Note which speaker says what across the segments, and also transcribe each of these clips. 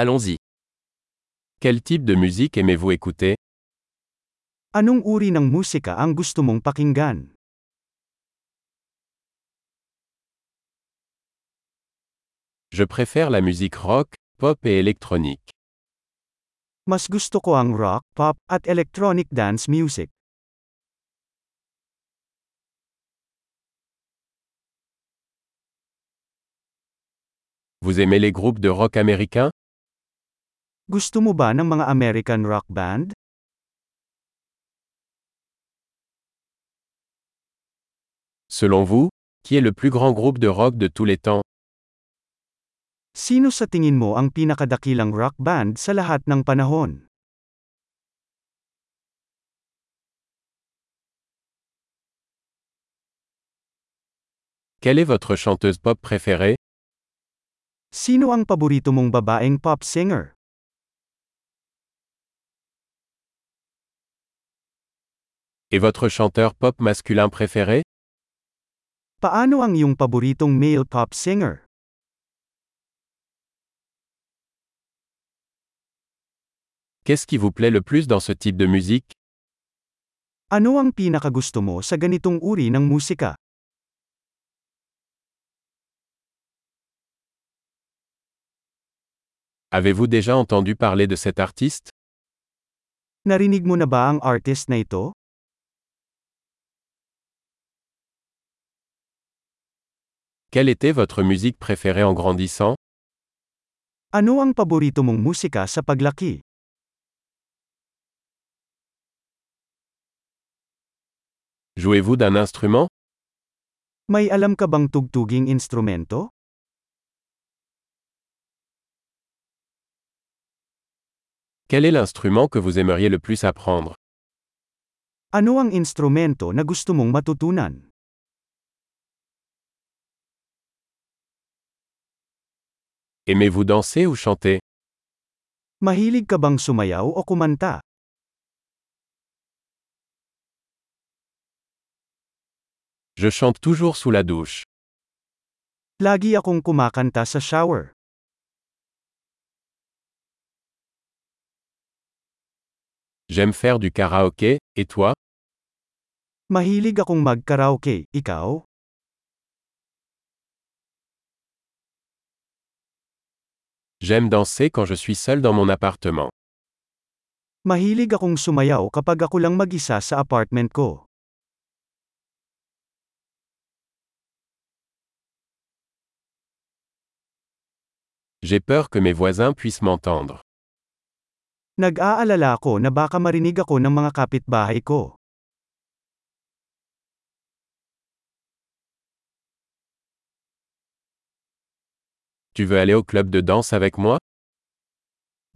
Speaker 1: Allons-y. Quel type de musique aimez-vous écouter
Speaker 2: Anong uri ng musika ang gusto mong pakinggan?
Speaker 1: Je préfère la musique rock, pop et électronique.
Speaker 2: Mas gusto ko ang rock, pop, at electronic dance music.
Speaker 1: Vous aimez les groupes de rock américains
Speaker 2: Gusto mo ba ng mga American rock band?
Speaker 1: Selon vous, qui est le plus grand groupe de rock de tous les temps
Speaker 2: Sino sa tingin mo ang pinakadakilang rock band sa lahat ng panahon?
Speaker 1: Quelle est votre chanteuse pop préférée
Speaker 2: Sino ang paborito mong babaeng pop singer?
Speaker 1: Et votre chanteur pop masculin préféré
Speaker 2: Paano ang iyong paboritong male pop singer?
Speaker 1: Qu'est-ce qui vous plaît le plus dans ce type de musique
Speaker 2: Ano ang pinakagusto mo sa ganitong uri ng musika?
Speaker 1: Avez-vous déjà entendu parler de cet artiste
Speaker 2: Narinig mo na ba ang artist na ito?
Speaker 1: Quelle était votre musique préférée en grandissant
Speaker 2: Ano ang paborito mong musika sa paglaki?
Speaker 1: Jouez-vous d'un instrument
Speaker 2: May alam ka bang tugtuging instrumento?
Speaker 1: Quel est l'instrument que vous aimeriez le plus apprendre
Speaker 2: Ano ang instrumento na gusto mong matutunan?
Speaker 1: Aimez-vous danser ou chanter
Speaker 2: Mahilig ka bang sumayaw o kumanta?
Speaker 1: Je chante toujours sous la douche.
Speaker 2: Lagi akong kumakanta sa shower.
Speaker 1: J'aime faire du karaoké, et toi
Speaker 2: Mahilig akong mag-karaoke, ikaw?
Speaker 1: J'aime danser quand je suis seul dans mon appartement.
Speaker 2: Mahilig akong sumayaw kapag ako lang mag-isa sa apartment ko.
Speaker 1: J'ai peur que mes voisins puissent m'entendre.
Speaker 2: Nag-aalala ako na baka marinig ako ng mga kapitbahay ko.
Speaker 1: Tu veux aller au club de danse avec moi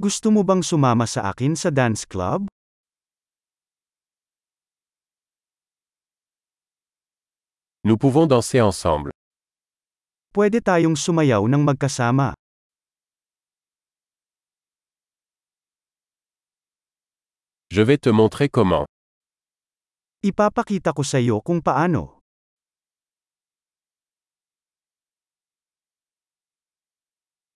Speaker 2: Gusto mo bang sumama sa akin sa dance club?
Speaker 1: Nous pouvons danser ensemble.
Speaker 2: Pwede tayong sumayaw ng magkasama.
Speaker 1: Je vais te montrer comment.
Speaker 2: Ipapakita ko sa iyo kung paano.